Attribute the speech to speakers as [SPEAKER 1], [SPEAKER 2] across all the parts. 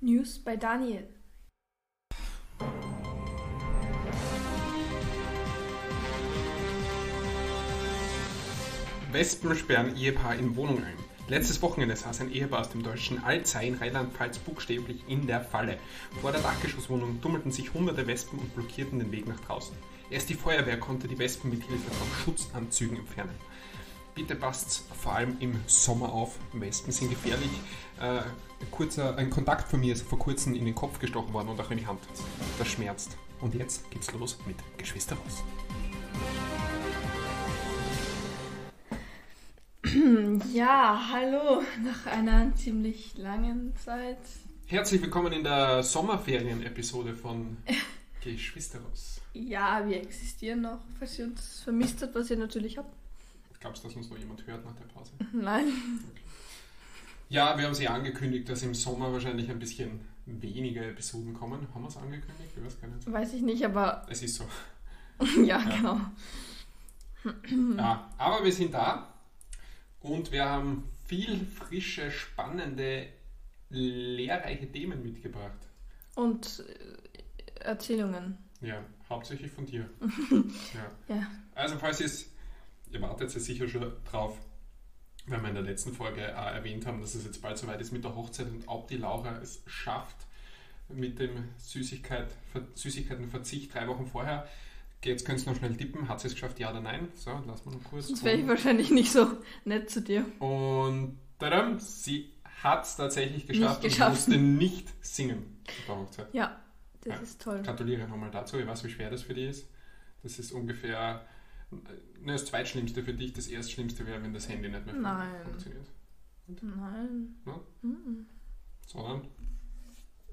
[SPEAKER 1] News bei Daniel.
[SPEAKER 2] Wespen sperren Ehepaar in Wohnung ein. Letztes Wochenende saß ein Ehepaar aus dem deutschen Alzey in Rheinland-Pfalz buchstäblich in der Falle. Vor der Dachgeschosswohnung tummelten sich hunderte Wespen und blockierten den Weg nach draußen. Erst die Feuerwehr konnte die Wespen mit Hilfe von Schutzanzügen entfernen. Bitte passt vor allem im Sommer auf. Wespen sind gefährlich. Äh, kurzer, ein Kontakt von mir ist vor kurzem in den Kopf gestochen worden und auch in die Hand. Das schmerzt. Und jetzt geht's los mit Geschwister raus.
[SPEAKER 1] Ja, hallo, nach einer ziemlich langen Zeit.
[SPEAKER 2] Herzlich willkommen in der Sommerferien-Episode von Geschwister raus.
[SPEAKER 1] Ja, wir existieren noch, falls ihr uns vermisst habt, was ihr natürlich habt.
[SPEAKER 2] Glaubst du, dass uns noch jemand hört nach der Pause?
[SPEAKER 1] Nein.
[SPEAKER 2] Ja, wir haben es ja angekündigt, dass im Sommer wahrscheinlich ein bisschen weniger Episoden kommen. Haben wir es angekündigt? Ich weiß gar nicht.
[SPEAKER 1] Weiß ich nicht, aber
[SPEAKER 2] Es ist so.
[SPEAKER 1] ja, genau.
[SPEAKER 2] Ja, aber wir sind da und wir haben viel frische, spannende, lehrreiche Themen mitgebracht.
[SPEAKER 1] Und äh, Erzählungen.
[SPEAKER 2] Ja, hauptsächlich von dir. ja.
[SPEAKER 1] Ja.
[SPEAKER 2] Also falls ihr es, ihr wartet ja sicher schon drauf, weil wir in der letzten Folge äh, erwähnt haben, dass es jetzt bald soweit ist mit der Hochzeit und ob die Laura es schafft, mit dem Süßigkeit, Ver, Süßigkeitenverzicht drei Wochen vorher. Jetzt könnt ihr noch schnell tippen, hat sie es geschafft, ja oder nein? So, lassen wir noch kurz.
[SPEAKER 1] Sonst wäre ich
[SPEAKER 2] Und-
[SPEAKER 1] wahrscheinlich nicht so nett zu dir.
[SPEAKER 2] Und tadam, sie hat es tatsächlich geschafft,
[SPEAKER 1] Nicht geschafft.
[SPEAKER 2] und musste nicht singen auf der Hochzeit.
[SPEAKER 1] Ja, das
[SPEAKER 2] Ja.
[SPEAKER 1] ist toll.
[SPEAKER 2] Gratuliere nochmal dazu. Ich weiß, wie schwer das für dich ist. Das ist ungefähr ne, das Zweitschlimmste für dich. Das Erstschlimmste wäre, wenn das Handy nicht mehr
[SPEAKER 1] Nein.
[SPEAKER 2] funktioniert.
[SPEAKER 1] Nein.
[SPEAKER 2] Ne?
[SPEAKER 1] Mhm.
[SPEAKER 2] Sondern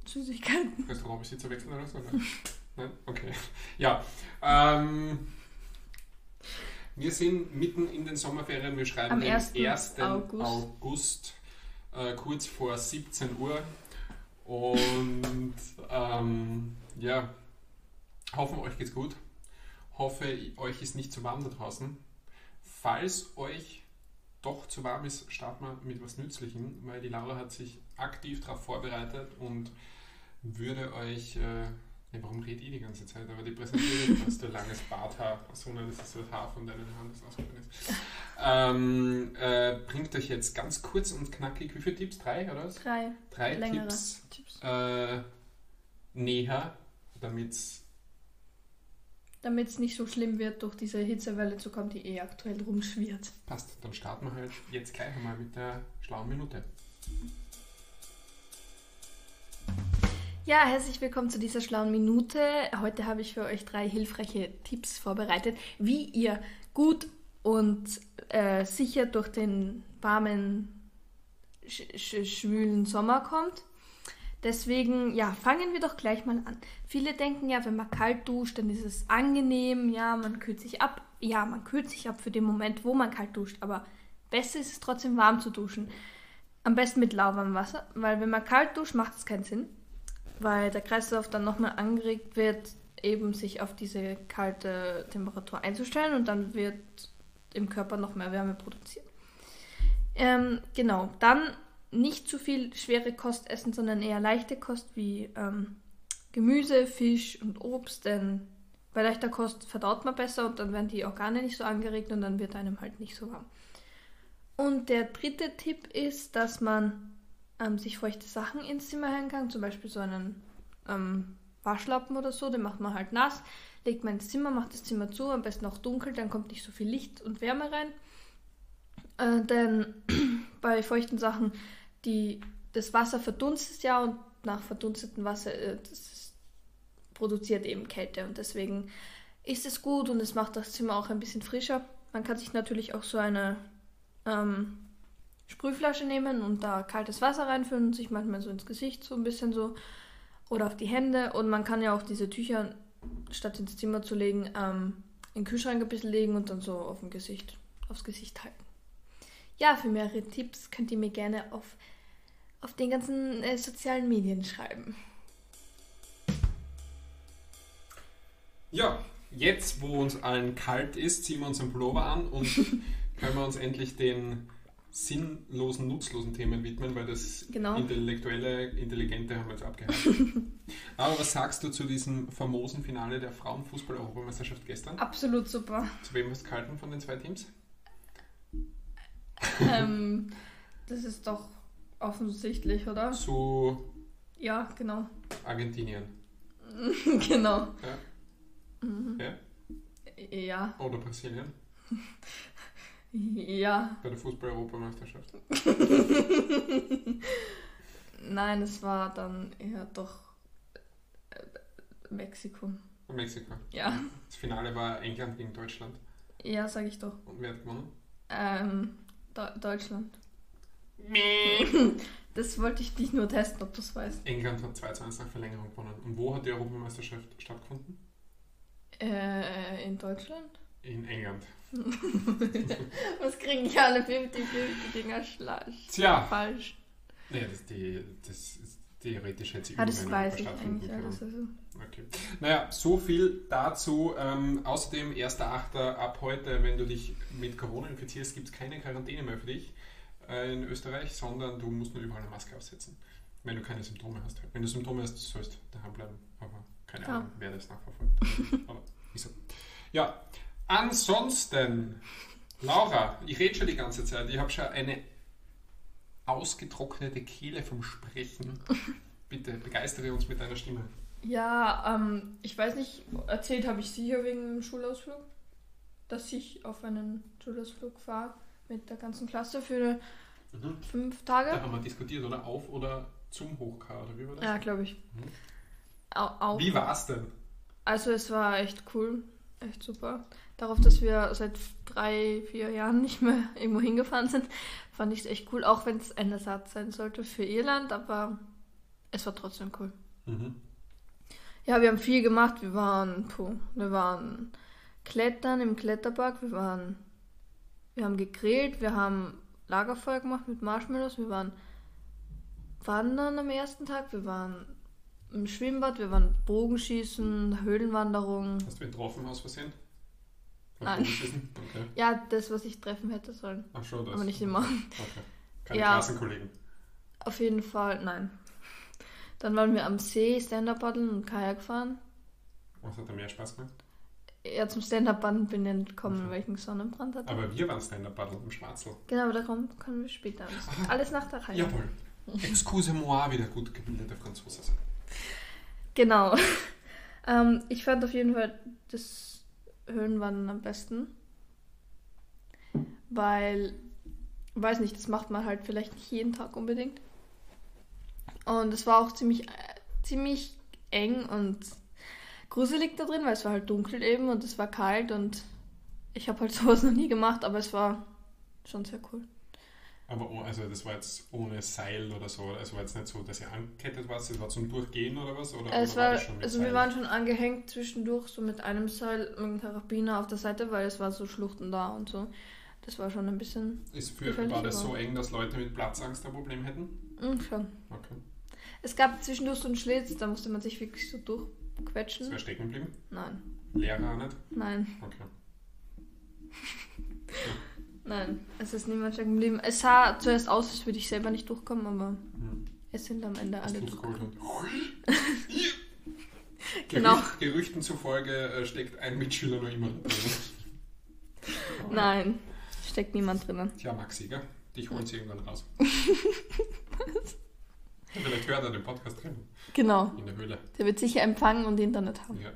[SPEAKER 1] Süßigkeiten.
[SPEAKER 2] Restaurantbesitzer wechseln oder so? Oder? Nein? Okay. Ja. Ähm, wir sind mitten in den Sommerferien. Wir schreiben
[SPEAKER 1] Am
[SPEAKER 2] den
[SPEAKER 1] 1.
[SPEAKER 2] 1.
[SPEAKER 1] August.
[SPEAKER 2] August, äh, kurz vor 17 Uhr. Und ähm, ja, hoffen euch geht's gut. Hoffe, euch ist nicht zu warm da draußen. Falls euch doch zu warm ist, starten wir mit was Nützlichem, weil die Laura hat sich aktiv darauf vorbereitet und würde euch. Äh, ja, warum redet ihr die ganze Zeit? Aber die präsentiert, dass du langes Barthaar. Achso, nein, das ist das Haar von deinen Haaren, das ausgefallen ist. Ähm, äh, bringt euch jetzt ganz kurz und knackig, wie viele Tipps? Drei, oder? was?
[SPEAKER 1] Drei
[SPEAKER 2] Drei
[SPEAKER 1] längere
[SPEAKER 2] Tipps
[SPEAKER 1] Tipps.
[SPEAKER 2] äh, näher, damit
[SPEAKER 1] Damit es nicht so schlimm wird, durch diese Hitzewelle zu kommen, die eh aktuell rumschwirrt.
[SPEAKER 2] passt. Dann starten wir halt jetzt gleich einmal mit der schlauen Minute.
[SPEAKER 1] Ja, herzlich willkommen zu dieser schlauen Minute. Heute habe ich für euch drei hilfreiche Tipps vorbereitet, wie ihr gut und äh, sicher durch den warmen, sch sch schwülen Sommer kommt. Deswegen, ja, fangen wir doch gleich mal an. Viele denken ja, wenn man kalt duscht, dann ist es angenehm, ja, man kühlt sich ab. Ja, man kühlt sich ab für den Moment, wo man kalt duscht, aber besser ist es trotzdem warm zu duschen. Am besten mit lauwarmem Wasser, weil wenn man kalt duscht, macht es keinen Sinn weil der Kreislauf dann nochmal angeregt wird, eben sich auf diese kalte Temperatur einzustellen und dann wird im Körper noch mehr Wärme produziert. Ähm, genau, dann nicht zu viel schwere Kost essen, sondern eher leichte Kost wie ähm, Gemüse, Fisch und Obst, denn bei leichter Kost verdaut man besser und dann werden die Organe nicht so angeregt und dann wird einem halt nicht so warm. Und der dritte Tipp ist, dass man ähm, sich feuchte Sachen ins Zimmer hängen kann, zum Beispiel so einen ähm, Waschlappen oder so, den macht man halt nass, legt man ins Zimmer, macht das Zimmer zu, am besten auch dunkel, dann kommt nicht so viel Licht und Wärme rein. Äh, denn bei feuchten Sachen, die, das Wasser verdunstet ja und nach verdunstetem Wasser äh, das ist, produziert eben Kälte und deswegen ist es gut und es macht das Zimmer auch ein bisschen frischer. Man kann sich natürlich auch so eine ähm, Sprühflasche nehmen und da kaltes Wasser reinfüllen und sich manchmal so ins Gesicht so ein bisschen so oder auf die Hände. Und man kann ja auch diese Tücher, statt ins Zimmer zu legen, ähm, in den Kühlschrank ein bisschen legen und dann so auf dem Gesicht, aufs Gesicht halten. Ja, für mehrere Tipps könnt ihr mir gerne auf, auf den ganzen äh, sozialen Medien schreiben.
[SPEAKER 2] Ja, jetzt wo uns allen kalt ist, ziehen wir unseren Pullover an und können wir uns endlich den sinnlosen, nutzlosen Themen widmen, weil das
[SPEAKER 1] Genau.
[SPEAKER 2] intellektuelle, intelligente haben wir jetzt abgehakt. Aber was sagst du zu diesem famosen Finale der Frauenfußball-Europameisterschaft gestern?
[SPEAKER 1] Absolut super.
[SPEAKER 2] Zu wem hast du gehalten von den zwei Teams?
[SPEAKER 1] ähm, das ist doch offensichtlich, oder?
[SPEAKER 2] Zu
[SPEAKER 1] Ja, genau.
[SPEAKER 2] Argentinien.
[SPEAKER 1] genau.
[SPEAKER 2] Ja.
[SPEAKER 1] Mhm.
[SPEAKER 2] Ja.
[SPEAKER 1] Ja.
[SPEAKER 2] Oder Brasilien
[SPEAKER 1] Ja.
[SPEAKER 2] bei der Fußball-Europameisterschaft.
[SPEAKER 1] Nein, es war dann eher doch äh, Mexiko.
[SPEAKER 2] Und Mexiko.
[SPEAKER 1] Ja.
[SPEAKER 2] Das Finale war England gegen Deutschland.
[SPEAKER 1] Ja, sag ich doch.
[SPEAKER 2] Und wer hat gewonnen?
[SPEAKER 1] Ähm, Deu- Deutschland. Das wollte ich dich nur testen, ob du es weißt.
[SPEAKER 2] England hat 2 zu 1 nach Verlängerung gewonnen. Und wo hat die Europameisterschaft stattgefunden?
[SPEAKER 1] Äh, in Deutschland?
[SPEAKER 2] In England.
[SPEAKER 1] Was kriegen die alle 50-50-Dinger schla-
[SPEAKER 2] Tja,
[SPEAKER 1] falsch?
[SPEAKER 2] nee, das, die, das ist theoretisch hätte sie
[SPEAKER 1] Ah,
[SPEAKER 2] überall
[SPEAKER 1] das
[SPEAKER 2] in
[SPEAKER 1] weiß
[SPEAKER 2] Europa
[SPEAKER 1] ich
[SPEAKER 2] stattfinden
[SPEAKER 1] eigentlich
[SPEAKER 2] können.
[SPEAKER 1] alles. Also.
[SPEAKER 2] Okay. Naja, so viel dazu. Ähm, außerdem, 1.8. ab heute, wenn du dich mit Corona infizierst, gibt es keine Quarantäne mehr für dich äh, in Österreich, sondern du musst nur überall eine Maske aufsetzen. Wenn du keine Symptome hast. halt. Wenn du Symptome hast, sollst du daheim bleiben. Aber keine
[SPEAKER 1] Ja.
[SPEAKER 2] Ahnung, wer das nachverfolgt. Aber wieso? Ja, ansonsten, Laura, ich rede schon die ganze Zeit. Ich habe schon eine ausgetrocknete Kehle vom Sprechen. Bitte begeistere uns mit deiner Stimme.
[SPEAKER 1] Ja, ähm, ich weiß nicht, erzählt habe ich sicher wegen dem Schulausflug, dass ich auf einen Schulausflug fahre mit der ganzen Klasse für
[SPEAKER 2] Mhm.
[SPEAKER 1] fünf
[SPEAKER 2] Da
[SPEAKER 1] Tage.
[SPEAKER 2] haben wir diskutiert, oder? Auf oder zum Hochkar, oder wie war das?
[SPEAKER 1] Ja, genau. glaube ich.
[SPEAKER 2] Mhm.
[SPEAKER 1] Au, au.
[SPEAKER 2] Wie war's denn?
[SPEAKER 1] Also es war echt cool, echt super. Darauf, dass wir seit drei, vier Jahren nicht mehr irgendwo hingefahren sind, fand ich es echt cool, auch wenn es ein Ersatz sein sollte für Irland, aber es war trotzdem cool. Ja, wir haben viel gemacht. Wir waren, puh, wir waren klettern im Kletterpark, wir waren, wir haben gegrillt, wir haben Lagerfeuer gemacht mit Marshmallows, wir waren wandern am ersten Tag, wir waren im Schwimmbad, wir waren Bogenschießen, Höhlenwanderung.
[SPEAKER 2] Hast du ihn getroffen aus Versehen?
[SPEAKER 1] Nein.
[SPEAKER 2] Geschissen? Okay.
[SPEAKER 1] Ja, das, was ich treffen hätte sollen,
[SPEAKER 2] Ach schon, das.
[SPEAKER 1] aber nicht immer.
[SPEAKER 2] Okay. Keine
[SPEAKER 1] Ja.
[SPEAKER 2] Klassenkollegen.
[SPEAKER 1] Auf jeden Fall, nein. Dann waren wir am See Stand-Up-Paddeln und Kajak fahren.
[SPEAKER 2] Was hat da mehr Spaß gemacht?
[SPEAKER 1] Ja, zum Stand-Up-Paddeln bin ich gekommen,
[SPEAKER 2] Mhm.
[SPEAKER 1] weil ich einen Sonnenbrand hatte.
[SPEAKER 2] Aber wir waren Stand-Up-Paddle im Schwarzel.
[SPEAKER 1] Genau, aber darum können wir später.
[SPEAKER 2] Aha.
[SPEAKER 1] Alles nach der Reihe.
[SPEAKER 2] Jawohl. Excusez-moi, wie der gut gebildete Franzose sagt.
[SPEAKER 1] Genau. ähm, ich fand auf jeden Fall das Höhenwandern am besten. Weil, weiß nicht, das macht man halt vielleicht nicht jeden Tag unbedingt. Und es war auch ziemlich, äh, ziemlich eng und gruselig da drin, weil es war halt dunkel eben und es war kalt und ich habe halt sowas noch nie gemacht, aber es war schon sehr cool.
[SPEAKER 2] Aber oh, also das war jetzt ohne Seil oder so. oder? Es war jetzt nicht so, dass ihr angekettet wart. Es war zum Durchgehen oder was? Oder,
[SPEAKER 1] Es
[SPEAKER 2] oder
[SPEAKER 1] war,
[SPEAKER 2] das schon mit
[SPEAKER 1] also wir
[SPEAKER 2] Seil?
[SPEAKER 1] waren schon angehängt zwischendurch, so mit einem Seil, mit einem Karabiner auf der Seite, weil es war so Schluchten da und so. Das war schon ein bisschen,
[SPEAKER 2] Ist für,
[SPEAKER 1] gefährlich
[SPEAKER 2] war das
[SPEAKER 1] war.
[SPEAKER 2] so eng, dass Leute mit Platzangst ein Problem hätten?
[SPEAKER 1] mm, schon.
[SPEAKER 2] Okay.
[SPEAKER 1] Es gab zwischendurch so einen Schlitz, da musste man sich wirklich so
[SPEAKER 2] Ist wer
[SPEAKER 1] durchquetschen.
[SPEAKER 2] stecken geblieben?
[SPEAKER 1] Nein,
[SPEAKER 2] Lehrer auch nicht?
[SPEAKER 1] nein,
[SPEAKER 2] Okay.
[SPEAKER 1] nein. Es ist niemand stecken geblieben. Es sah zuerst aus, als würde ich selber nicht durchkommen, aber
[SPEAKER 2] Hm.
[SPEAKER 1] es sind am Ende
[SPEAKER 2] Hast
[SPEAKER 1] alle
[SPEAKER 2] du's geholt
[SPEAKER 1] durchgekommen.
[SPEAKER 2] und
[SPEAKER 1] Genau.
[SPEAKER 2] Gerücht, Gerüchten zufolge äh, steckt ein Mitschüler noch immer drin.
[SPEAKER 1] Nein, steckt niemand drinnen.
[SPEAKER 2] Tja, Maxi, gell? Dich holen sie irgendwann raus. Ja, Vielleicht hört er den Podcast drin,
[SPEAKER 1] Genau,
[SPEAKER 2] in der Höhle.
[SPEAKER 1] der wird sicher Empfang und Internet haben.
[SPEAKER 2] Ja,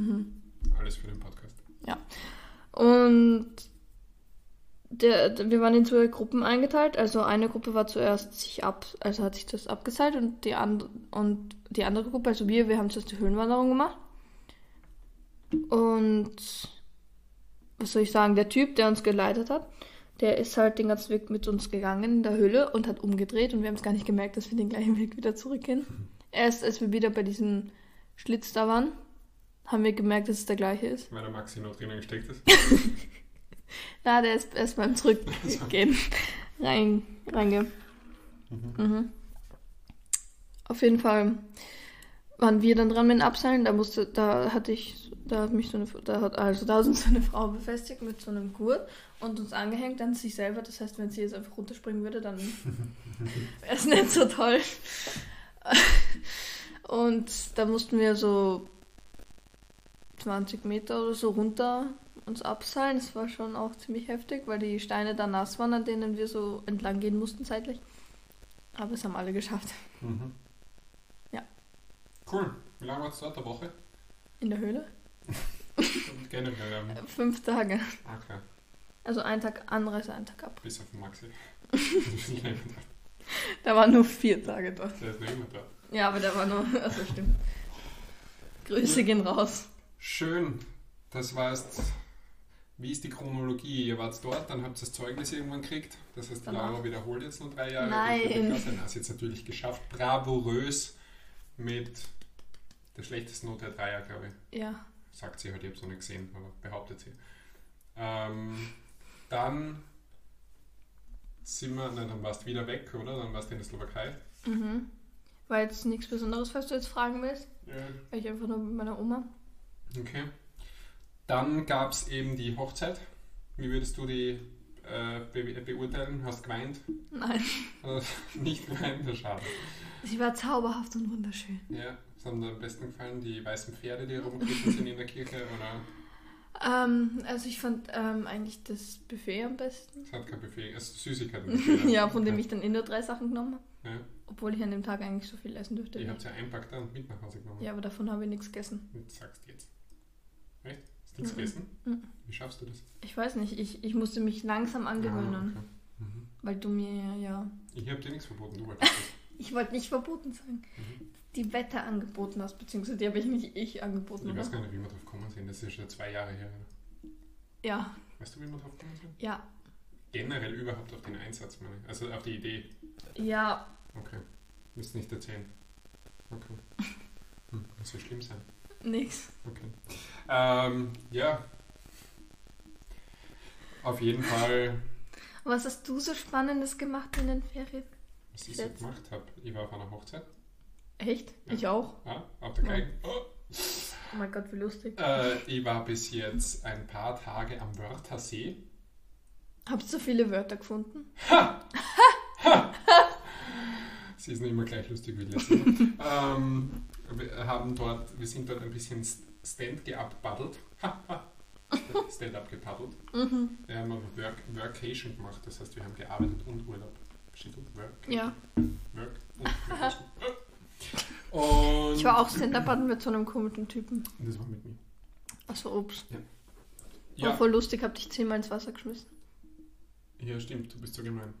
[SPEAKER 1] Mhm.
[SPEAKER 2] alles für den Podcast.
[SPEAKER 1] Und der, der- wir waren in zwei Gruppen eingeteilt. Also eine Gruppe war zuerst sich ab, also hat sich das abgeteilt und die andere und die andere Gruppe, also wir, wir haben zuerst die Höhenwanderung gemacht. Und was soll ich sagen, der Typ, der uns geleitet hat, der ist halt den ganzen Weg mit uns gegangen in der Höhle und hat umgedreht und wir haben es gar nicht gemerkt, dass wir den gleichen Weg wieder zurückgehen. Erst als wir wieder bei diesem Schlitz da waren, haben wir gemerkt, dass es der gleiche ist.
[SPEAKER 2] Weil der Maxi noch drinnen gesteckt ist.
[SPEAKER 1] Na, der ist erst beim Zurückgehen rein, reinge.
[SPEAKER 2] Mhm.
[SPEAKER 1] Mhm. Auf jeden Fall waren wir dann dran mit dem Abseilen, da musste, da hatte ich, da hat mich so eine, da hat, also da hat uns so eine Frau befestigt mit so einem Gurt und uns angehängt an sich selber. Das heißt, wenn sie jetzt einfach runterspringen würde, dann wäre es nicht so toll. und da mussten wir so 20 Meter oder so runter uns abseilen. Das war schon auch ziemlich heftig, weil die Steine da nass waren, an denen wir so entlang gehen mussten zeitlich. Aber es haben alle geschafft.
[SPEAKER 2] Mhm.
[SPEAKER 1] Ja.
[SPEAKER 2] Cool. Wie lange war es dort? Eine Woche?
[SPEAKER 1] In der Höhle?
[SPEAKER 2] Und generell. Ähm,
[SPEAKER 1] Fünf Tage.
[SPEAKER 2] ah, klar.
[SPEAKER 1] Also ein Tag Anreise, ein Tag ab.
[SPEAKER 2] Bis auf den Maxi. Das ist nicht länger dort.
[SPEAKER 1] Da waren nur vier Tage dort.
[SPEAKER 2] Der ist noch immer dort.
[SPEAKER 1] Ja, aber da war nur. Also stimmt. Grüße gehen raus.
[SPEAKER 2] Schön. Das war jetzt. Wie ist die Chronologie? Ihr wart dort, dann habt ihr das Zeugnis irgendwann gekriegt. Das heißt, die
[SPEAKER 1] Danach.
[SPEAKER 2] Laura wiederholt jetzt noch drei Jahre.
[SPEAKER 1] Nein.
[SPEAKER 2] Dann hast du jetzt natürlich geschafft. Bravourös mit der schlechtesten Note der Dreier, glaube ich.
[SPEAKER 1] Ja.
[SPEAKER 2] sagt sie halt, ich habe es noch nicht gesehen, aber behauptet sie. Ähm, dann sind wir, nein, dann warst du wieder weg, oder? Dann warst du in der Slowakei.
[SPEAKER 1] Mhm. War jetzt nichts Besonderes, falls du jetzt fragen willst. Weil ich einfach nur mit meiner Oma.
[SPEAKER 2] Okay. Dann gab es eben die Hochzeit. Wie würdest du die äh, be beurteilen? Hast geweint?
[SPEAKER 1] Nein.
[SPEAKER 2] Äh, nicht geweint, na schade.
[SPEAKER 1] Sie war zauberhaft und wunderschön.
[SPEAKER 2] Ja, was haben dir am besten gefallen? Die weißen Pferde, die herumgeritten sind in der Kirche? Oder
[SPEAKER 1] Ähm, also ich fand ähm, eigentlich das Buffet am besten.
[SPEAKER 2] es hat kein Buffet, es ist Süßigkeiten.
[SPEAKER 1] ja, von dem ich dann eh nur drei Sachen genommen habe.
[SPEAKER 2] Ja.
[SPEAKER 1] Obwohl ich an dem Tag eigentlich so viel essen dürfte.
[SPEAKER 2] Ich
[SPEAKER 1] wie-
[SPEAKER 2] habe ja einpackt und mit nach Hause genommen.
[SPEAKER 1] ja, aber davon habe ich nichts gegessen.
[SPEAKER 2] Und sagst jetzt. Echt? Hast nichts
[SPEAKER 1] Mhm.
[SPEAKER 2] gegessen?
[SPEAKER 1] Mhm.
[SPEAKER 2] Wie schaffst du das?
[SPEAKER 1] Ich weiß nicht, ich, ich musste mich langsam angewöhnen.
[SPEAKER 2] Ah, okay. mhm.
[SPEAKER 1] Weil du mir ja.
[SPEAKER 2] Ich habe dir nichts verboten, du wolltest das.
[SPEAKER 1] Ich wollte nicht verboten sagen.
[SPEAKER 2] Mhm.
[SPEAKER 1] Die Wette angeboten hast, beziehungsweise die habe ich nicht ich angeboten,
[SPEAKER 2] Ich weiß
[SPEAKER 1] oder?
[SPEAKER 2] gar nicht, wie wir drauf gekommen sind. Das ist schon zwei Jahre her.
[SPEAKER 1] Ja,
[SPEAKER 2] Weißt du, wie wir drauf gekommen sind?
[SPEAKER 1] ja,
[SPEAKER 2] Generell überhaupt auf den Einsatz, meine ich. Also auf die Idee.
[SPEAKER 1] ja.
[SPEAKER 2] Okay. Müsst nicht erzählen. Okay. Hm, muss so schlimm sein.
[SPEAKER 1] Nix.
[SPEAKER 2] Okay. Ähm, ja. Auf jeden Fall,
[SPEAKER 1] Was hast du so Spannendes gemacht in den Ferien?
[SPEAKER 2] was ich so
[SPEAKER 1] Jetzt.
[SPEAKER 2] gemacht habe. Ich war auf einer Hochzeit.
[SPEAKER 1] Echt?
[SPEAKER 2] Ja.
[SPEAKER 1] Ich auch.
[SPEAKER 2] Ah, auf der Geige. Oh.
[SPEAKER 1] Oh mein Gott, wie lustig.
[SPEAKER 2] Äh, ich war bis jetzt ein paar Tage am Wörthersee.
[SPEAKER 1] Habst du viele Wörter gefunden?
[SPEAKER 2] Sie ist nicht immer gleich lustig wie letztes Mal. ähm, wir, haben dort, wir sind dort ein bisschen st- Stand geabpaddelt. Stand-up gepaddelt.
[SPEAKER 1] Mhm.
[SPEAKER 2] Wir haben aber Work Workation gemacht, das heißt, wir haben gearbeitet und Urlaub. Steht dort Work,
[SPEAKER 1] Ja.
[SPEAKER 2] Work und Workation. Und
[SPEAKER 1] Ich war auch Stand-Up-Button mit so einem komischen Typen.
[SPEAKER 2] Das war mit mir.
[SPEAKER 1] Achso, ups. War
[SPEAKER 2] Ja,
[SPEAKER 1] voll lustig, hab dich zehnmal ins Wasser geschmissen.
[SPEAKER 2] ja, stimmt, du bist so gemein.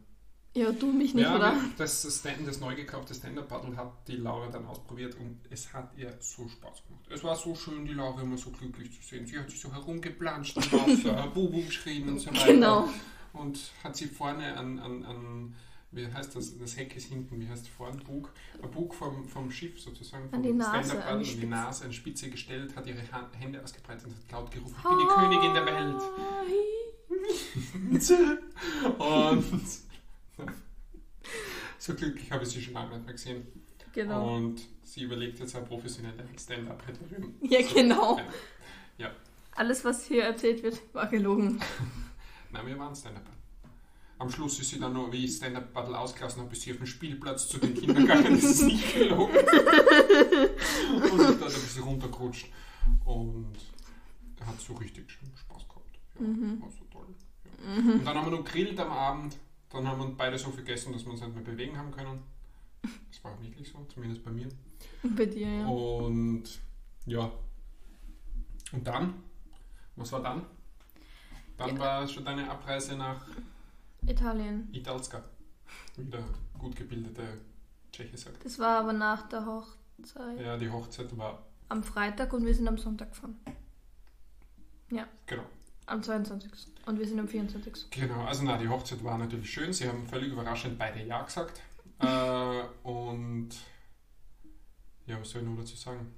[SPEAKER 1] Ja, du mich nicht,
[SPEAKER 2] ja,
[SPEAKER 1] oder?
[SPEAKER 2] Das, Stand, das neu gekaufte Stand-Up-Paddle hat die Laura dann ausprobiert und es hat ihr so Spaß gemacht. Es war so schön, die Laura immer so glücklich zu sehen. Sie hat sich so herumgeplanscht und Wasser, Bubu geschrien und so weiter.
[SPEAKER 1] Genau.
[SPEAKER 2] Und hat sie vorne an, an, an wie heißt das, das Heck ist hinten, wie heißt vorn, Bug, ein Bug vom, vom Schiff sozusagen, vom
[SPEAKER 1] An die Nase,
[SPEAKER 2] Stand-Up-Paddle
[SPEAKER 1] an die
[SPEAKER 2] an die
[SPEAKER 1] Spitze.
[SPEAKER 2] Nase, an die Spitze gestellt, hat ihre Ha- Hände ausgebreitet und hat laut gerufen, ich bin die Königin der Welt.
[SPEAKER 1] Hi.
[SPEAKER 2] und so glücklich habe ich sie schon lange nicht mehr gesehen.
[SPEAKER 1] Genau.
[SPEAKER 2] Und sie überlegt jetzt eine professionelle Stand-Up-Retterin.
[SPEAKER 1] Ja, genau.
[SPEAKER 2] Ja.
[SPEAKER 1] Alles, was hier erzählt wird, war gelogen.
[SPEAKER 2] Nein, wir waren Stand-Up. Am Schluss ist sie dann nur, wie ich Stand-Up-Battle ausgelassen habe, bis sie auf den Spielplatz zu den Kindern gegangen ist. Das ist nicht gelogen. Und ist dann ein bisschen runtergerutscht. Und hat so richtig schon Spaß gehabt. Ja,
[SPEAKER 1] Mhm.
[SPEAKER 2] War so toll. Ja. Und dann haben wir noch gegrillt am Abend. Dann haben wir beide so viel gegessen, dass wir uns nicht mehr bewegen haben können. Das war wirklich so, zumindest bei mir.
[SPEAKER 1] Bei dir,
[SPEAKER 2] Oh.
[SPEAKER 1] ja.
[SPEAKER 2] Und ja. Und dann? Was war dann? Dann
[SPEAKER 1] Ja.
[SPEAKER 2] war schon deine Abreise nach
[SPEAKER 1] Italien.
[SPEAKER 2] Italska. Wie der gut gebildete Tscheche sagt.
[SPEAKER 1] Das war aber nach der Hochzeit.
[SPEAKER 2] Ja, die Hochzeit war.
[SPEAKER 1] Am Freitag und wir sind am Sonntag gefahren.
[SPEAKER 2] Genau.
[SPEAKER 1] Am 22. Und wir sind am 24.
[SPEAKER 2] Genau, also na, die Hochzeit war natürlich schön. Sie haben völlig überraschend beide Ja gesagt. Äh, und ja, was soll ich noch dazu sagen?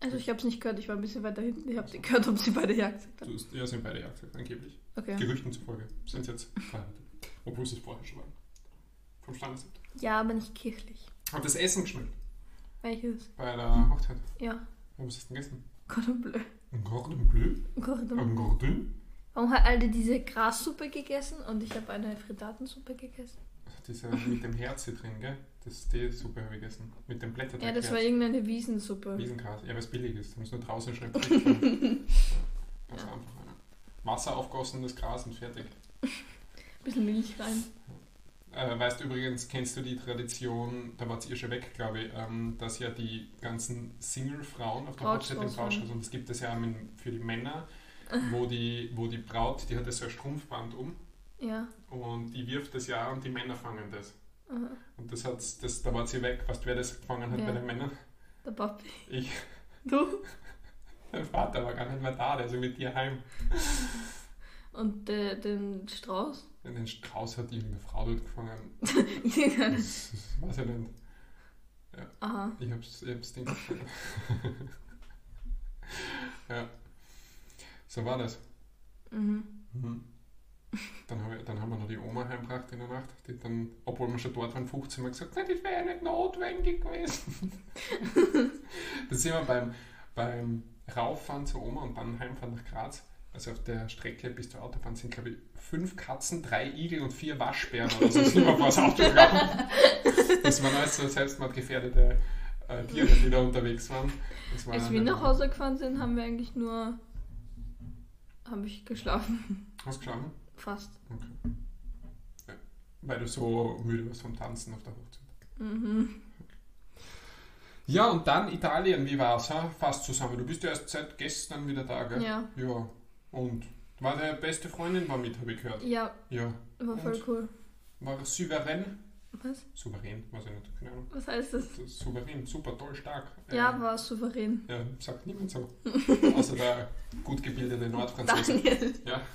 [SPEAKER 1] Also ich habe es nicht gehört, ich war ein bisschen weiter hinten. Ich habe nicht gehört, ob sie bei der Jagd sind.
[SPEAKER 2] Du, ja, sie haben beide Ja gesagt, angeblich.
[SPEAKER 1] Okay.
[SPEAKER 2] Gerüchten zufolge sind sie jetzt verheiratet. Obwohl sie es vorher schon waren. Vom Standesamt.
[SPEAKER 1] Ja, aber nicht kirchlich.
[SPEAKER 2] Hat das Essen geschmeckt?
[SPEAKER 1] Welches?
[SPEAKER 2] bei der Hochzeit.
[SPEAKER 1] Ja.
[SPEAKER 2] Ja, was hast du denn gegessen?
[SPEAKER 1] Cordon bleu.
[SPEAKER 2] Ein Gordon Bleu?
[SPEAKER 1] Cordon
[SPEAKER 2] Ein
[SPEAKER 1] bleu.
[SPEAKER 2] Gordon?
[SPEAKER 1] Warum hat alle diese Grassuppe gegessen und ich habe eine Frittatensuppe gegessen?
[SPEAKER 2] Also Diese mit dem Herz hier drin, gell? Das die Suppe habe ich gegessen. Mit dem Blätterteig.
[SPEAKER 1] Ja, das war eh irgendeine Wiesensuppe.
[SPEAKER 2] Wiesengras. Ja, weil es billig ist. Da muss nur draußen schreiben. also einfach ja. Wasser aufgossen, das Gras und fertig.
[SPEAKER 1] bisschen Milch rein.
[SPEAKER 2] Äh, weißt übrigens, kennst du die Tradition, da wart ihr schon weg, glaube ich, ähm, dass ja die ganzen Single-Frauen auf der
[SPEAKER 1] Couch
[SPEAKER 2] Hochzeit im
[SPEAKER 1] ausfahren.
[SPEAKER 2] Couch und es gibt es ja auch mit- für die Männer, wo die, wo die Braut, die hat ja so ein Strumpfband um
[SPEAKER 1] Ja.
[SPEAKER 2] und die wirft das ja und die Männer fangen das.
[SPEAKER 1] Aha.
[SPEAKER 2] Und das hat, das, da wart ihr weg, weißt du, wer das gefangen hat
[SPEAKER 1] Wer?
[SPEAKER 2] bei den Männern?
[SPEAKER 1] Der Papi.
[SPEAKER 2] Ich.
[SPEAKER 1] Du?
[SPEAKER 2] Mein Vater war gar nicht mehr da, der ist ja mit dir heim.
[SPEAKER 1] Und äh, den Strauß?
[SPEAKER 2] Den Strauß hat irgendeine Frau dort gefangen. Das weiß ich nicht.
[SPEAKER 1] Aha.
[SPEAKER 2] Ich hab's, ich hab's Ding. ja. So war das.
[SPEAKER 1] Mhm.
[SPEAKER 2] Dann, hab ich, dann haben wir noch die Oma heimgebracht in der Nacht, die dann, obwohl wir schon dort waren, 15 Mal gesagt hat, das wäre ja nicht notwendig gewesen. das sind wir beim, beim Rauffahren zur Oma und dann Heimfahren nach Graz. Also auf der Strecke bis zur Autobahn sind, glaube ich, fünf Katzen, drei Igel und vier Waschbären oder so sind wir vor das Auto gelaufen. Das waren alles so selbstmordgefährdete äh, Tiere, die da unterwegs waren. Das war
[SPEAKER 1] Als
[SPEAKER 2] eine-
[SPEAKER 1] wir nach Hause gefahren sind, haben wir eigentlich nur. habe ich geschlafen.
[SPEAKER 2] Hast du geschlafen?
[SPEAKER 1] Fast.
[SPEAKER 2] Okay. Ja. Weil du so müde warst vom Tanzen auf der Hochzeit.
[SPEAKER 1] Mhm.
[SPEAKER 2] Ja, und dann Italien, wie war's? Ha? Fast zusammen. Du bist ja erst seit gestern wieder da, gell?
[SPEAKER 1] Ja.
[SPEAKER 2] Ja. Und war deine beste Freundin war mit, habe ich gehört.
[SPEAKER 1] Ja,
[SPEAKER 2] Ja.
[SPEAKER 1] war voll cool.
[SPEAKER 2] War souverän?
[SPEAKER 1] Was?
[SPEAKER 2] Souverän, weiß ich nicht, keine Ahnung.
[SPEAKER 1] Was heißt das?
[SPEAKER 2] Das ist Souverän, super, toll, stark.
[SPEAKER 1] Ja,
[SPEAKER 2] Ähm,
[SPEAKER 1] war souverän.
[SPEAKER 2] ja, sagt niemand so. Außer der gut gebildete Nordfranzose.
[SPEAKER 1] Daniel.
[SPEAKER 2] Ja.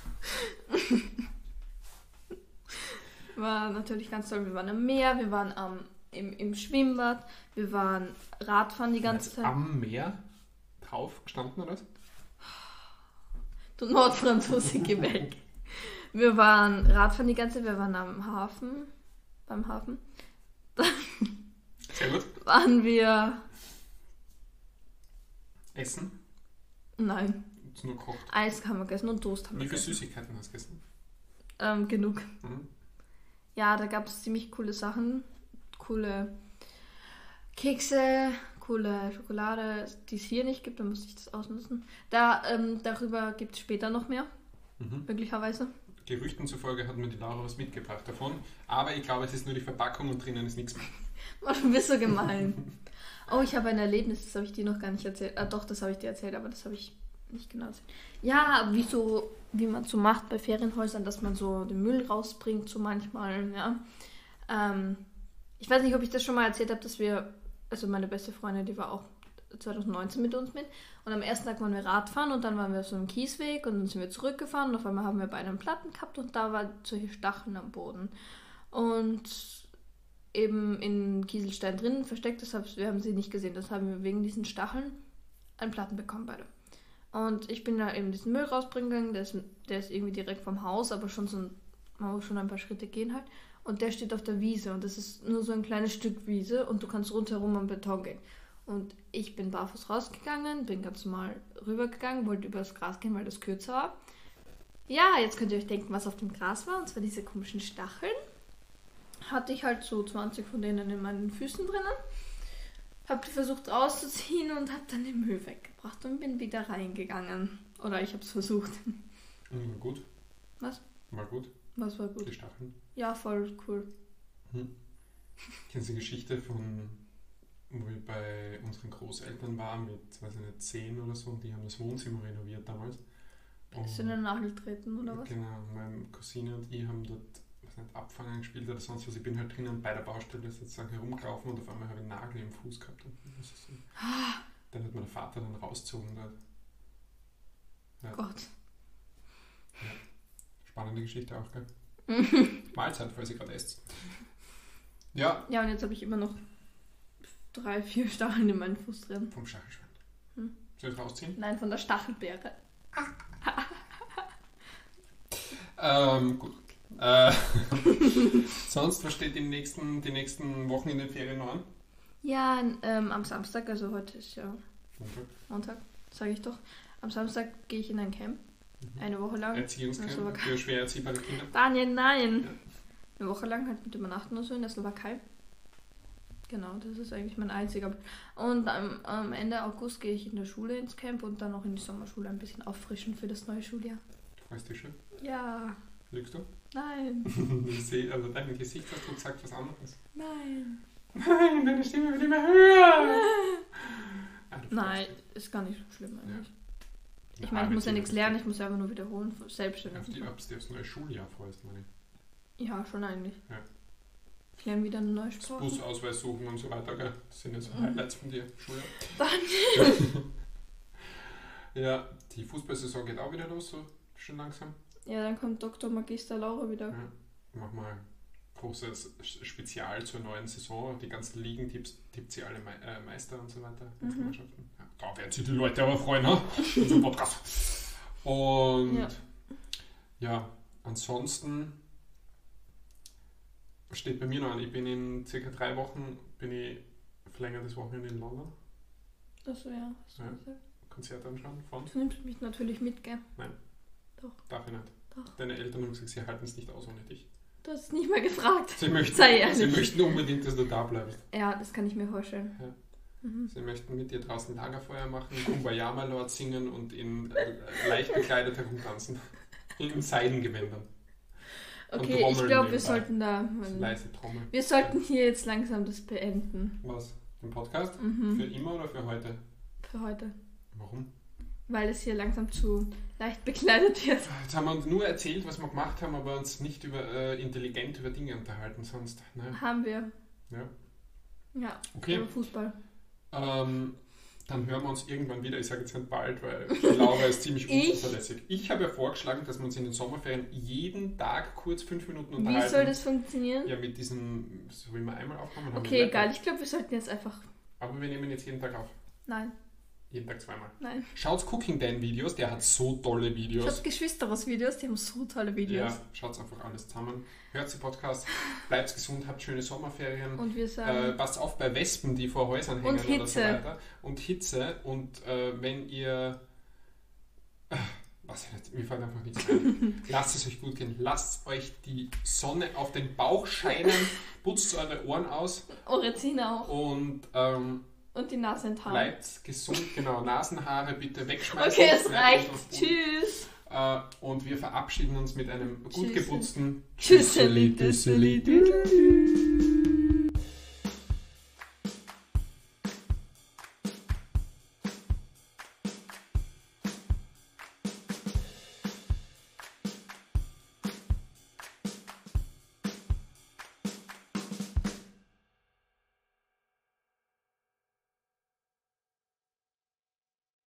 [SPEAKER 1] War natürlich ganz toll. Wir waren am Meer, wir waren am, im, im Schwimmbad, wir waren Radfahren die ganze
[SPEAKER 2] Jetzt
[SPEAKER 1] Zeit.
[SPEAKER 2] Am Meer drauf gestanden, oder? was?
[SPEAKER 1] Du Nordfranzose, geh weg. Wir waren Radfahren die ganze Zeit, wir waren am Hafen, beim Hafen.
[SPEAKER 2] Sehr gut.
[SPEAKER 1] Waren wir,
[SPEAKER 2] Essen,
[SPEAKER 1] nein,
[SPEAKER 2] ist nur gekocht.
[SPEAKER 1] Eis haben wir gegessen und Toast haben
[SPEAKER 2] Wie
[SPEAKER 1] wir
[SPEAKER 2] viele
[SPEAKER 1] gegessen.
[SPEAKER 2] Süßigkeiten hast du gegessen?
[SPEAKER 1] Ähm, genug.
[SPEAKER 2] Mhm.
[SPEAKER 1] Ja, da gab es ziemlich coole Sachen. Coole Kekse, coole Schokolade, die es hier nicht gibt, da musste ich das ausnutzen. Da, ähm, darüber gibt es später noch mehr,
[SPEAKER 2] Mhm.
[SPEAKER 1] möglicherweise.
[SPEAKER 2] Gerüchten zufolge hat mir die Laura was mitgebracht davon, aber ich glaube, es ist nur die Verpackung und drinnen ist nichts mehr.
[SPEAKER 1] Mann, du bist so gemein. Oh, ich habe ein Erlebnis, das habe ich dir noch gar nicht erzählt. Ah, doch, das habe ich dir erzählt, aber das habe ich nicht genau erzählt. Ja, wie, so, wie man so macht bei Ferienhäusern, dass man so den Müll rausbringt, so manchmal, ja. Ähm, ich weiß nicht, ob ich das schon mal erzählt habe, dass wir, also meine beste Freundin, die war auch 2019 mit uns mit. Und am ersten Tag waren wir Radfahren und dann waren wir auf so einem Kiesweg und dann sind wir zurückgefahren und auf einmal haben wir beide einen Platten gehabt und da waren solche Stacheln am Boden. Und eben in Kieselstein drin versteckt, deshalb wir haben sie nicht gesehen. Das haben wir wegen diesen Stacheln einen Platten bekommen beide. Und ich bin da eben diesen Müll rausbringen gegangen, der ist, der ist irgendwie direkt vom Haus, aber schon so ein, man muss schon ein paar Schritte gehen halt. Und der steht auf der Wiese und das ist nur so ein kleines Stück Wiese und du kannst rundherum am Beton gehen. Und ich bin barfuß rausgegangen, bin ganz normal rübergegangen, wollte übers Gras gehen, weil das kürzer war. Ja, jetzt könnt ihr euch denken, was auf dem Gras war, und zwar diese komischen Stacheln hatte ich halt so 20 von denen in meinen Füßen drinnen. Hab die versucht rauszuziehen und hab dann den Müll weggebracht und bin wieder reingegangen. Oder ich hab's versucht.
[SPEAKER 2] Mhm, war gut.
[SPEAKER 1] Was?
[SPEAKER 2] War gut,
[SPEAKER 1] Was war
[SPEAKER 2] die
[SPEAKER 1] gut?
[SPEAKER 2] Stacheln.
[SPEAKER 1] Ja, voll cool.
[SPEAKER 2] Kennst du die Geschichte von, wo wir bei unseren Großeltern waren, mit, weiß ich nicht, 10 oder so, und die haben das Wohnzimmer renoviert damals.
[SPEAKER 1] Ist in den Nagel treten oder was?
[SPEAKER 2] Genau, meine Cousine und ich haben dort was nicht, Abfangen gespielt oder sonst was. Ich bin halt drinnen bei der Baustelle sozusagen herumgelaufen und auf einmal habe ich einen Nagel im Fuß gehabt. Und das ist so.
[SPEAKER 1] Ah.
[SPEAKER 2] Dann hat mein Vater dann rausgezogen. Dort.
[SPEAKER 1] Gott.
[SPEAKER 2] Spannende Geschichte auch, gell? Mahlzeit, falls ihr gerade esst. Ja,
[SPEAKER 1] Ja, und jetzt habe ich immer noch drei, vier Stacheln in meinen Fuß drin.
[SPEAKER 2] vom Stachelschwein.
[SPEAKER 1] Hm.
[SPEAKER 2] Soll ich rausziehen?
[SPEAKER 1] Nein, von der Stachelbeere.
[SPEAKER 2] Ähm, gut. Äh, sonst, was steht die nächsten, die nächsten Wochen in den Ferien noch an?
[SPEAKER 1] Ja, ähm, am Samstag, also heute ist ja
[SPEAKER 2] Montag.
[SPEAKER 1] Montag, sage ich doch. Am Samstag gehe ich in ein Camp. Mhm. Eine Woche lang. Also,
[SPEAKER 2] Erziehungscamp
[SPEAKER 1] okay.
[SPEAKER 2] für schwer erziehbare Kinder.
[SPEAKER 1] Daniel, nein!
[SPEAKER 2] Ja.
[SPEAKER 1] Eine Woche lang halt mit Übernachten und so in der Slowakei. Genau, das ist eigentlich mein einziger. Und am, am Ende August gehe ich in der Schule ins Camp und dann noch in die Sommerschule ein bisschen auffrischen für das neue Schuljahr.
[SPEAKER 2] Weißt du schon?
[SPEAKER 1] Ja,
[SPEAKER 2] Lügst du?
[SPEAKER 1] nein,
[SPEAKER 2] ich sehe, also dein Gesichtsausdruck sagt was anderes.
[SPEAKER 1] nein.
[SPEAKER 2] Nein, deine Stimme wird immer höher! Ah, du
[SPEAKER 1] Nein,
[SPEAKER 2] freust
[SPEAKER 1] ist gar nicht so schlimm eigentlich.
[SPEAKER 2] dich.
[SPEAKER 1] Ich meine, ich muss ja
[SPEAKER 2] Ah,
[SPEAKER 1] nichts lernen, ich muss ja einfach nur wiederholen,
[SPEAKER 2] Auf
[SPEAKER 1] selbstständig.
[SPEAKER 2] die, ob du aufs neue Schuljahr freust, meine ich.
[SPEAKER 1] Ja, schon eigentlich.
[SPEAKER 2] Ja.
[SPEAKER 1] Ich lerne wieder eine neue
[SPEAKER 2] Das
[SPEAKER 1] Sprache.
[SPEAKER 2] Busausweis suchen und so weiter, gell? Das sind jetzt
[SPEAKER 1] Mhm.
[SPEAKER 2] Highlights von dir, Schuljahr. ja, die Fußballsaison geht auch wieder los, so schön langsam.
[SPEAKER 1] Ja, dann kommt Dr. Magister Laura wieder.
[SPEAKER 2] Ja. Mach mal großes Spezial zur neuen Saison. Die ganzen Ligen tipps- tippt sie alle Mei- äh, Meister und so weiter. ganze
[SPEAKER 1] Mhm.
[SPEAKER 2] Mannschaften. Ja, da werden sich die Leute aber freuen, ne? Unser Podcast. Und
[SPEAKER 1] Ja.
[SPEAKER 2] ja. ansonsten steht bei mir noch an. Ich bin in circa drei Wochen, bin ich verlängertes Wochenende in London.
[SPEAKER 1] Achso, ja. Hast du
[SPEAKER 2] Ja.
[SPEAKER 1] gesagt.
[SPEAKER 2] Konzert anschauen von.
[SPEAKER 1] Du nimmst mich natürlich mit, gell?
[SPEAKER 2] Darf ich nicht.
[SPEAKER 1] Doch.
[SPEAKER 2] Deine Eltern haben gesagt, sie halten es nicht aus ohne dich.
[SPEAKER 1] Du hast nicht mal gefragt.
[SPEAKER 2] Sie möchten,
[SPEAKER 1] Sei ehrlich.
[SPEAKER 2] sie möchten unbedingt, dass du da bleibst.
[SPEAKER 1] Ja, das kann ich mir vorstellen.
[SPEAKER 2] Ja.
[SPEAKER 1] Mhm.
[SPEAKER 2] Sie möchten mit dir draußen Lagerfeuer machen, Kumbayama Lord singen und in äh, leicht bekleidet herumtanzen. In Seidengewändern.
[SPEAKER 1] Mhm.
[SPEAKER 2] Und
[SPEAKER 1] Okay, ich
[SPEAKER 2] Trommeln
[SPEAKER 1] glaube, wir
[SPEAKER 2] nebenbei.
[SPEAKER 1] sollten da.
[SPEAKER 2] So leise Trommel.
[SPEAKER 1] Wir sollten hier jetzt langsam das beenden.
[SPEAKER 2] Was? Den Podcast? Für
[SPEAKER 1] Mhm.
[SPEAKER 2] immer oder für heute?
[SPEAKER 1] Für heute.
[SPEAKER 2] Warum?
[SPEAKER 1] Weil es hier langsam zu leicht bekleidet wird.
[SPEAKER 2] Jetzt haben wir uns nur erzählt, was wir gemacht haben, aber uns nicht über, äh, intelligent über Dinge unterhalten sonst. Ne?
[SPEAKER 1] Haben wir.
[SPEAKER 2] Ja.
[SPEAKER 1] Ja,
[SPEAKER 2] Okay,
[SPEAKER 1] über Fußball.
[SPEAKER 2] ähm, dann hören wir uns irgendwann wieder. Ich sage jetzt nicht bald, weil die Laura ist ziemlich
[SPEAKER 1] Ich-
[SPEAKER 2] unzuverlässig. Ich habe ja vorgeschlagen, dass wir uns in den Sommerferien jeden Tag kurz fünf Minuten
[SPEAKER 1] Wie
[SPEAKER 2] unterhalten.
[SPEAKER 1] soll das funktionieren?
[SPEAKER 2] Ja, mit diesem, so wie wir einmal aufgenommen haben.
[SPEAKER 1] Okay,
[SPEAKER 2] wir-
[SPEAKER 1] egal. Ich glaube, wir sollten jetzt einfach.
[SPEAKER 2] Aber wir nehmen jetzt jeden Tag auf.
[SPEAKER 1] Nein,
[SPEAKER 2] Jeden Tag zweimal.
[SPEAKER 1] nein.
[SPEAKER 2] Schaut Cooking Dan Videos, der hat so tolle Videos.
[SPEAKER 1] Schaut Geschwister aus Videos, die haben so tolle Videos.
[SPEAKER 2] Ja, schaut einfach alles zusammen. Hört die Podcasts, bleibt gesund, habt schöne Sommerferien.
[SPEAKER 1] Und wir
[SPEAKER 2] Äh,
[SPEAKER 1] sagen,
[SPEAKER 2] passt auf bei Wespen, die vor Häusern hängen
[SPEAKER 1] Und
[SPEAKER 2] oder so
[SPEAKER 1] Hitze.
[SPEAKER 2] weiter. Und Hitze. Und äh, wenn ihr. Äh, Was ich nicht, mir fällt einfach nichts ein. Lasst es euch gut gehen. Lasst euch die Sonne auf den Bauch scheinen. Putzt eure Ohren aus
[SPEAKER 1] Orezina auch.
[SPEAKER 2] und ähm,
[SPEAKER 1] Und die Nase in Tarn.
[SPEAKER 2] Bleibt gesund, genau. Nasenhaare bitte wegschmeißen.
[SPEAKER 1] Okay, es
[SPEAKER 2] Bleibt
[SPEAKER 1] reicht.
[SPEAKER 2] auf dem Boden.
[SPEAKER 1] Tschüss.
[SPEAKER 2] Äh, und wir verabschieden uns mit einem gut
[SPEAKER 1] Tschüssi.
[SPEAKER 2] geputzten
[SPEAKER 1] Tschüsseli, tschüsseli, tschüsseli.